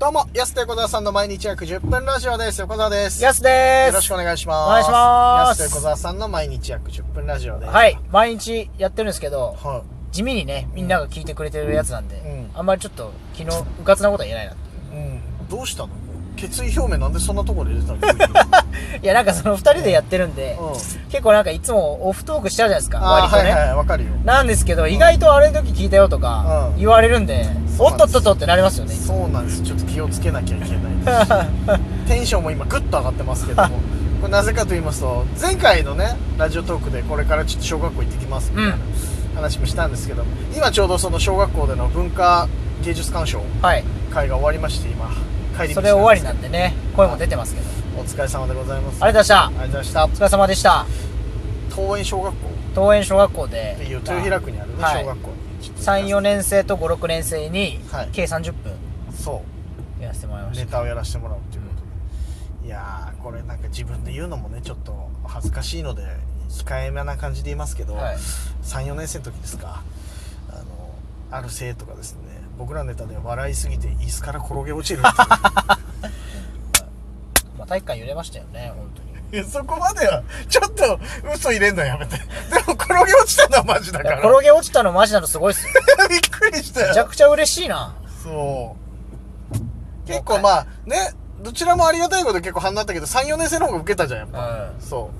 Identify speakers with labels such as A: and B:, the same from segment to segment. A: どうも、安すと横澤さんの毎日約10分ラジオです。横澤です。
B: やすです。
A: よろしくお
B: い
A: 願いします。
B: お願いします
A: 安すと横澤さんの毎日約10分ラジオです。
B: はい。毎日やってるんですけど、
A: は
B: 地味にね、みんなが聞いてくれてるやつなんで、
A: うん
B: あんまりちょっと昨日、うかつなことは言えないな。
A: い。うん。どうしたの決意表明なんでそんなところで出た のあ
B: いや、なんかその二人でやってるんで、
A: う
B: 結構なんかいつもオフトークしちゃうじゃないですか、
A: あ
B: 割
A: ー、
B: と
A: は
B: ね。
A: いはい、わかるよ。
B: なんですけど、意外とあれの時聞いたよとか
A: うん
B: 言われるんで、
A: そう
B: お
A: なんです
B: っとっとっとってなりますよね。
A: そうなんです。ちょっと気をつけなきゃいけない です。テンションも今グッと上がってますけども。これなぜかと言いますと、前回のね、ラジオトークでこれからちょっと小学校行ってきますみたいな話もしたんですけども、今ちょうどその小学校での文化芸術鑑賞
B: はい。
A: 会が終わりまして今帰り道
B: それ終わりなんんでね、声も出てますけど。
A: お疲れ様でございます
B: ありがとうございまし
A: ありがとうございま
B: た。お
A: し
B: 疲れ様でした。
A: た桃園小学校
B: 桃園小学校で
A: っていう、豊平区にあるね、
B: はい
A: 小学校にちょっと
B: 3、4年生と5、6年生に
A: はい、
B: 計30分
A: そ
B: やらせてもらいま
A: う
B: した
A: ネ。タをやらせてもらうっていうことでいやーこれなんか自分で言うのもねちょっと恥ずかしいので控えめな感じで言いますけど、
B: はい
A: 34年生の時ですかあのある生徒がですね僕らのネタで笑いすぎて椅子から転げ落ちるっていう
B: まあ、体育館揺れましたよね、本当に。
A: い や、そこまでは、ちょっと、嘘入れんのやめて。でも、転げ落ちたのはマジだから。
B: 転げ落ちたのマジなのすごいっ すよ。
A: びっくりした
B: めちゃ
A: よ。
B: くちゃ嬉しいな。
A: そう。結構まあ、ね、どちらもありがたいこと結構反応あったけど、3、4年生の方が受けたじゃん、やっぱ。
B: うん
A: そ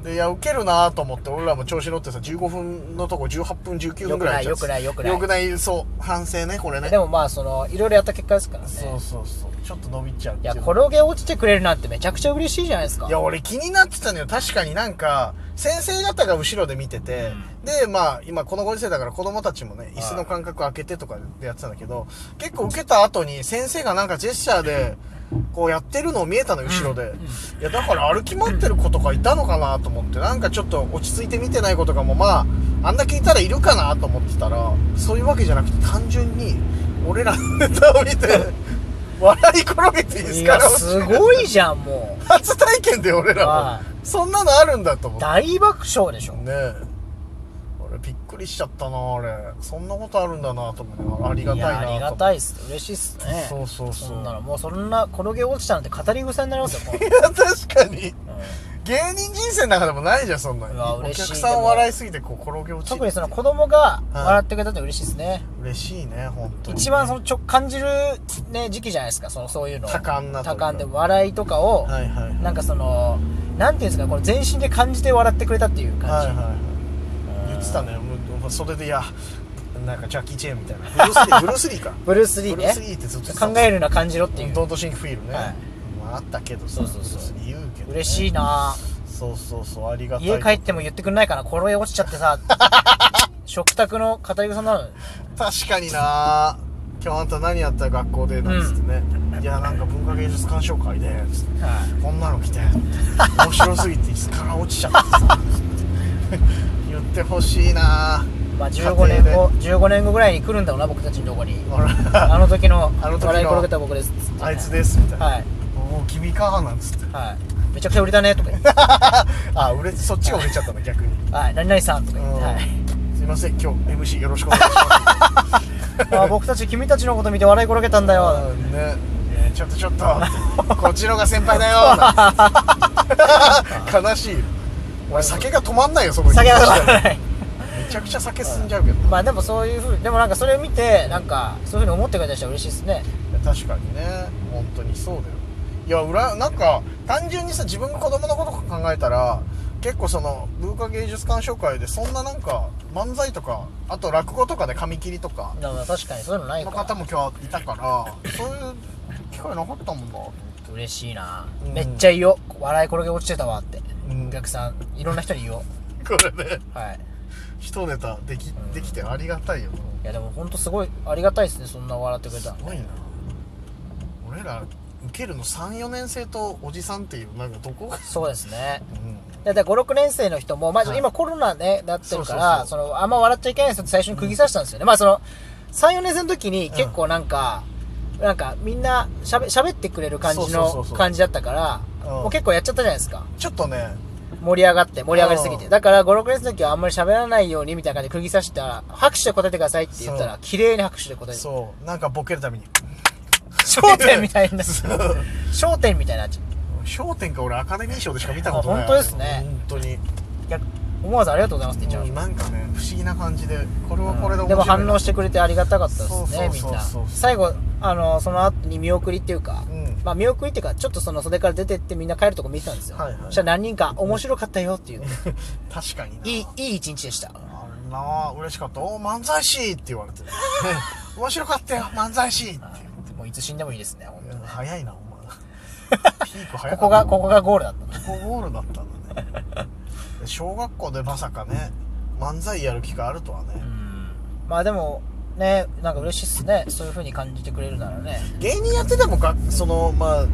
A: う。で、いや、受けるなと思って、俺らも調子乗ってさ、15分のとこ18分、19分ぐらい
B: よくない
A: よ
B: よ
A: く
B: く
A: な。
B: ない
A: よ
B: い
A: く
B: よく
A: ない、そう。反省ね、これね。
B: でもまあ、その、いろいろやった結果ですからね。
A: そうそうそう。ちょっと伸びちゃうって
B: いうや、
A: の
B: 転げ落ちてくれるなんてめちゃくちゃ嬉しいじゃないですか。
A: いや、俺気になってたのよ。確かになんか、先生方が後ろで見てて、で、まあ、今このご時世だから子供たちもね、椅子の間隔開けてとかでやってたんだけど、結構受けた後に先生がなんかジェスチャーで、こうやってるのを見えたのよ、後ろで。いや、だから歩き回ってる子とかいたのかなと思って、なんかちょっと落ち着いて見てない子とかもまあ、あんだけいたらいるかなと思ってたら、そういうわけじゃなくて単純に、俺らのネタを見 て、笑い転げていいです
B: い
A: か
B: や、
A: ら
B: すごいじゃん、もう。
A: 初体験で俺らも
B: は
A: そんなのあるんだと思って
B: 大爆笑でしょ。
A: ねえ俺びっくりしちゃったなあれそんなことあるんだなと思ってありがたい
B: や、
A: な
B: あ
A: と
B: りが
A: い
B: たいっす。嬉しいっすね。
A: そうそうそう
B: そんなの、もうそんな転げ落ちたなんて語り癖になりますよ、も
A: い
B: う。
A: や確かに
B: うん
A: 芸人人生の中でもないじゃんそんな
B: うわ
A: のお
B: 嬉しい
A: 客さん笑いすぎてこう転げ落ちる
B: 特にその子供が笑ってくれたって嬉しいですね。
A: 嬉しいね本当に
B: 一番そのちょ感じるね時期じゃないですかそのそういうの
A: 多感なという
B: 多
A: か
B: 感で笑いとかを、
A: はいはいはい
B: なんかそのなんていうんですかこの全身で感じて笑ってくれたっていう感
A: はい
B: じ、
A: はいはい
B: うん
A: 言ってたねもうそれでいやなんかジャッキー・チェーンみたいなブ ルースリーブルースリーか
B: ブルース・リー
A: ブ
B: ね
A: ルースリーってずっと言ってた
B: 考えるような感じろっていう、
A: ドントシンクフィールね、
B: はい
A: まあ、あったけど
B: そうそうそ
A: ブ
B: う
A: ルースリー言うけど、ね、
B: 嬉しいな
A: そうそうそうありがたい
B: 家帰っても言ってくんないかなこれ落ちちゃっ てさ食卓の語り草になる
A: 確かにな今日あんた何やった学校でなんつってね、いやなんか文化芸術鑑賞会でつって
B: はい
A: こんなの 来て面白すぎて椅子から落ちちゃってさ言ってほしいな
B: まあ
A: 家
B: 15
A: 庭で
B: 年後15年後ぐらいに来るんだろうな僕たちのとこに
A: ほら
B: あの時の
A: あの時の
B: 笑い転げた僕ですっつって
A: あいつですみたいな、
B: はい
A: おお君かなんつって
B: はいめちゃくちゃ売れたねとか 言って
A: あ売れそっちが売れちゃったの逆に
B: はい何々さんとか言ってはい
A: うんすいません今日 MC よろしくお願いします
B: あ僕たち君たちのこと見て笑い転げたんだよ
A: うんねえーちょっとちょっとこっちのが先輩だよなんて悲しいよ俺酒が止まんないよそこに
B: 酒が飲まない
A: めちゃくちゃ酒進んじゃうけど
B: まあでもそういうふうでもなんかそれを見てなんかそういうふうに思ってくれた人は嬉しいですね
A: 確かにね本当にそうだよいや裏なんか単純にさ自分が子供のこと考えたら結構その文化芸術鑑賞会でそんななんか漫才とかあと落語とかで紙切りとか
B: だから確かにそういうのない
A: の
B: か
A: 方
B: ら
A: も今日いたからそういう機会なかったもんなと思って
B: 嬉しいな、
A: うん
B: めっちゃいいよ笑い転げ落ちてたわって、
A: うん
B: お客さんいろんな人に言おう
A: これね
B: はい
A: 一ネタできできてありがたいよ
B: いやでもほんとすごいありがたいですねそんな笑ってくれた
A: す
B: の
A: ごいな俺ら受けるの34年生とおじさんっていうなんかどこが、
B: そうですね
A: うん、
B: だって56年生の人も、まあ、
A: はい
B: 今コロナね、なってるから
A: そう
B: そのあんま笑っちゃいけないですよって最初に釘刺したんですよね、まあその34年生の時に結構なんか、なんかみんなしゃべ喋ってくれる感じ
A: そうそうそう
B: の
A: そう
B: 感じだったから
A: うん
B: もう結構やっちゃったじゃないですか
A: ちょっとね
B: 盛り上がって盛り上がりすぎ
A: う
B: て
A: ん
B: だから56年生の時はあんまり喋らないようにみたいな感じで釘刺したら拍手で答えてくださいって言った
A: そ
B: ら綺麗に拍手で答えて
A: そうなんかボケるために
B: 焦点みたいになっち
A: そ
B: ゃう
A: う
B: 焦点みたいになっちゃう
A: 焦点か俺アカデミー賞でしか見たことない
B: あ本当ですね
A: 本当に
B: いや思わずありがとうございますって言っちゃいました
A: なんかね不思議な感じでこれはこれで
B: うんでも
A: 面白いな
B: 反応してくれてありがたかったですね
A: そうそうそうそう
B: みんな
A: そう
B: 最後あのその後に見送りっていうか、
A: うん
B: まあ見送りっていうかちょっとその袖から出てってみんな帰るとこ見てたんですよ、
A: はいはい
B: そしたら何人か面白かったよっていう、
A: 確かにない
B: いいい一日でした
A: あんな嬉しかった「お漫才師!」って言われ て面白かったよ漫才師って
B: もういつ死んでもいいですね本当に
A: 早いなお 前ピーク早
B: こ
A: い
B: こがここがゴールだった
A: ここゴールだったんだね 小学校でまさかね漫才やる機会あるとはね、
B: まあでもねなんか嬉しいっすねそういう風に感じてくれるならね
A: 芸人やっててもがそのまあ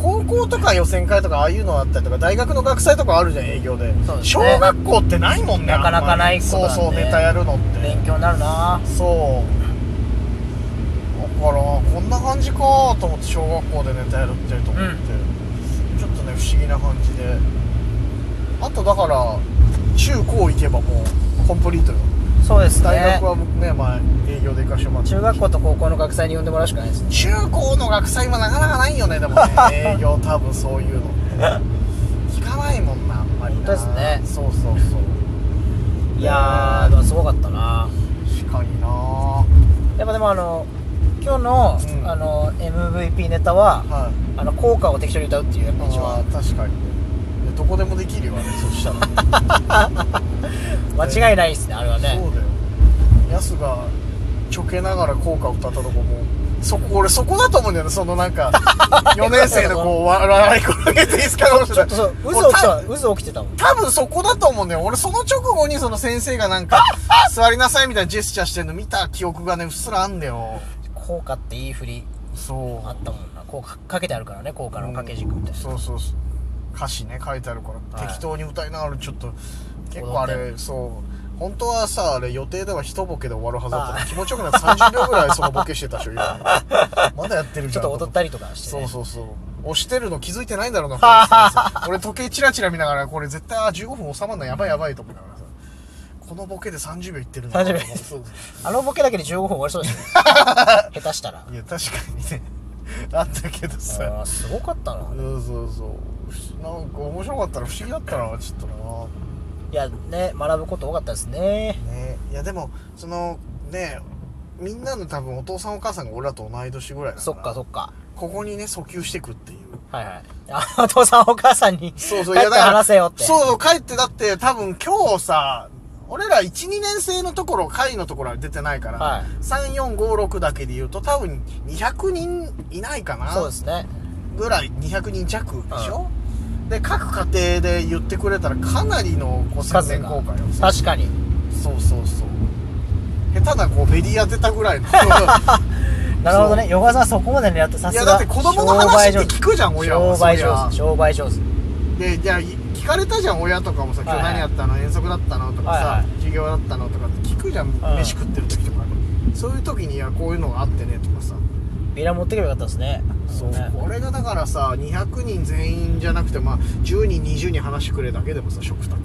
A: 高校とか予選会とかああいうのあったりとか大学の学祭とかあるじゃん営業で
B: そうですね
A: 小学校ってないもんね
B: なかなかない
A: あんまり
B: こと
A: そ
B: な
A: うんそ
B: で
A: うネタやるのって、
B: 勉強になるな
A: そうだからこんな感じかと思って小学校でネタやるってと思って、ちょっとね不思議な感じであとだから中高行けばもうコンプリートよ
B: そうですね
A: 大学はね、まあ、営業で行かしてもらって
B: 中学校と高校の学祭に呼んでもらうしかないですね
A: 中高の学祭はなかなかないよねでもね 営業多分そういうの 聞かないもんなあんまりな
B: 本当ですね
A: そうそうそう
B: いやーでもすごかったな
A: 確かになは
B: やっぱでもあの今日の,、
A: うん
B: あの MVP ネタは、
A: い
B: あの効果を適当に歌うっていうやっぱ一
A: あ
B: 番
A: ー確かにねどこでもできるよねそしたら、 ね、
B: 間違いないですねあれは
A: そうだ
B: ね
A: よヤスがちょけながら効果を歌ったとこもそこ俺そこだと思うんだよねそのなん か4年生のこう笑い転げていいですかもしれ
B: ちょ
A: ない
B: っとそう渦起きた渦起きてたもん
A: 多分そこだと思うんだよ。俺その直後にその先生がなんか、座りなさいみたいなジェスチャーしてんの見た記憶がね、うっすらあんだよ。
B: 効果っていい振り
A: そう。
B: あったもんな効果かけてあるからね効果の掛け軸みたいな、
A: そうそうそう。歌詞ね、書いてあるから、
B: はい
A: 適当に歌いながらちょっと、結構あ
B: 踊って
A: れ、そう。本当はさ、あれ予定では一ボケで終わるはずだったの
B: あ
A: 気持ちよくなって30秒ぐらいそのボケしてたでしょ、今。まだやってる
B: ち
A: じ
B: ょ
A: ゃ
B: っ
A: ん。
B: と踊ったりとかして、
A: そ
B: ね、
A: うそうそう。押してるの気づいてないんだろうな、これ俺時計チラチラ見ながら、これ絶対、あ、15分収まんない、やばいやばいと思いながらさ。このボケで30秒いってるの
B: 30秒
A: そう
B: あのボケだけで15分終わりそうです ね下手したら
A: いや、確かにね。あったけど
B: あ
A: さ。
B: ーすごかったな
A: そうそうそう。なんか面白かったら不思議だったな、ちょっとない
B: やね学ぶこと多かったですね。
A: ねいや、でも、その、ねみんなの多分お父さんお母さんが俺らと同い年ぐらいだから
B: そっかそっか
A: ここにね、訴求してくっていう。
B: はいはいあお父さんお母さんに
A: そうそう、
B: 帰って話せよって
A: そうそう、帰ってだって多分今日さ、俺ら1、2年生のところ、会のところは出てないから、
B: はい
A: 3、4、5、6だけで言うと多分200人いないかな
B: そうですね
A: ぐらい200人弱でしょ、で、各家庭で言ってくれたらかなりのこう宣
B: 数
A: 伝
B: が
A: 効果よ。
B: 確かに
A: そうそうそう。下手なこうベリア出たぐら いの。
B: なるほどね横川さんはそこまで狙ってさ
A: い
B: すが
A: やだって子供の話って聞くじゃん、親は。
B: 商売上手
A: そりゃ
B: 商売上手商売上手
A: でじゃあい聞かれたじゃん親とかもさ「今
B: はい
A: 日
B: はい
A: 何やったの遠足だったの?」とかさ、
B: はいはい
A: 授業だったの?」とかって聞くじゃん、
B: ん
A: 飯食ってる時とかそういう時に「いやこういうのがあってね」とかさ、
B: ビラ持ってけばよかったですね
A: そう
B: ね
A: これがだからさ200人全員じゃなくてまあ10人20人話してくれだけでもさ食卓で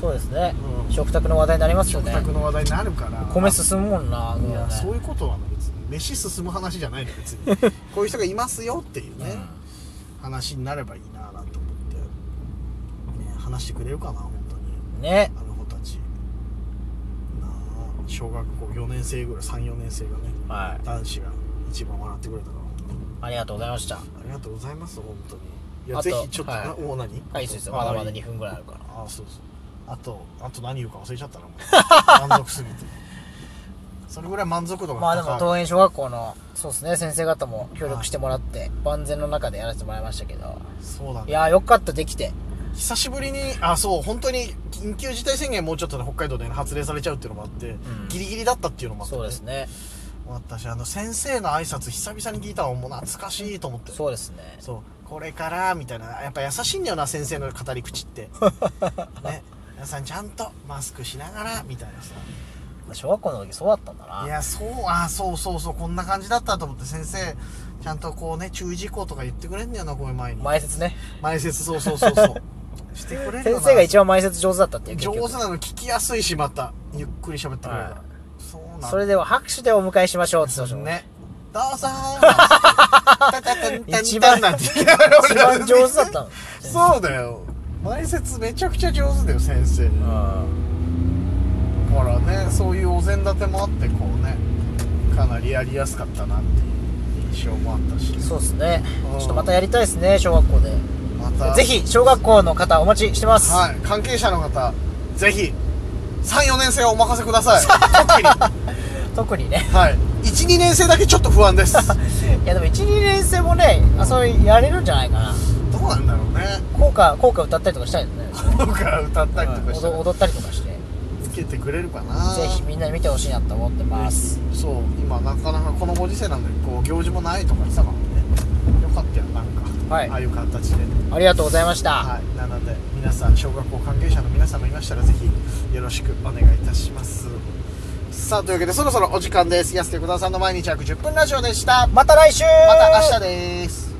B: そうですね
A: うん
B: 食卓の話題になりますよ
A: 食
B: ね
A: 卓の話題になるから、
B: 米進むもんなあの
A: いや
B: ね
A: そういうことなの別に飯進む話じゃないの別に こういう人がいますよっていうね、話になればいいなぁなんて思って、ね、話してくれるかな本当に。
B: ね
A: あの子たちなあ小学校4年生ぐらい34年生がね
B: はい
A: 男子が一番笑ってくれたから本当に
B: ありがとうございました
A: ありがとうございます本当にいや
B: あと
A: ぜひちょっと、
B: はい
A: なもう何
B: はいいいですよ
A: あ
B: まだまだ
A: いい
B: 2分ぐらいあるから
A: あそうそうあとあと何言うか忘れちゃったな もう満足すぎてそれぐらい満足度が高い
B: まあでも東園小学校のそうですね先生方も協力してもらって万全の中でやらせてもらいましたけど
A: そうだ
B: い
A: ね
B: やーよかったできて
A: 久しぶりにあそう本当に緊急事態宣言もうちょっとで北海道でね発令されちゃうっていうのもあって、
B: ん
A: ギリギリだったっていうのもあってね、
B: そうですね
A: 私あの先生の挨拶久々に聞いたのもう懐かしいと思って
B: そうですね
A: そうこれからみたいなやっぱ優しいんだよな先生の語り口って ね皆さんちゃんとマスクしながらみたいなさ
B: まあ小学校の時そうだったんだない
A: やそうあそうそうそうこんな感じだったと思って先生ちゃんとこうね注意事項とか言ってくれんだよなこういう前に
B: 前説ね
A: 前説そうそうそうそう してくれる
B: 先
A: よな
B: 生が一番前説上手だったっていう結
A: 上
B: 局
A: 手なの聞きやすいしまたゆっくり喋ってくれるから、
B: はい
A: そうなんだ
B: それでは拍手でお迎えしましょうって言ってましたもん
A: ねどうぞータタタンタン
B: 一
A: タ
B: 番
A: ンなんて言いながら
B: 一
A: 俺ら
B: 番上手だった の。
A: そうだよ前説めちゃくちゃ上手だよ先生ほらねそういうお膳立てもあってこうねかなりやりやすかったなっていう印象もあったし
B: そうですね
A: う。ん
B: ちょっとまたやりたいですね、小学校で。
A: また
B: ぜひ、小学校の方お待ちしてます。
A: はい関係者の方ぜひ34年生はお任せください特に
B: 特にね。
A: はい12年生だけちょっと不安 ですど
B: いや、でも1、2年生もね、あそれやれるんじゃないかな。
A: うなんだろうね
B: 効果、効果歌ったりとかしたいですね。
A: 僕は歌ったりとかした
B: 踊
A: ら
B: 踊ったりとかして。ぜ
A: つけてくれるかな
B: ひみんなに見てほしいなと思ってます。
A: そう今なかなかこのご時世なんでこう行事もないとか言ってたからねよかったよなんか、
B: はい
A: ああいう形で、
B: ありがとうございました。
A: はい、なので皆さん小学校関係者の皆様いましたらぜひよろしくお願いいたしますさあというわけでそろそろお時間です安手小田さんの毎日約10分ラジオでしたま
B: また来週
A: た明日です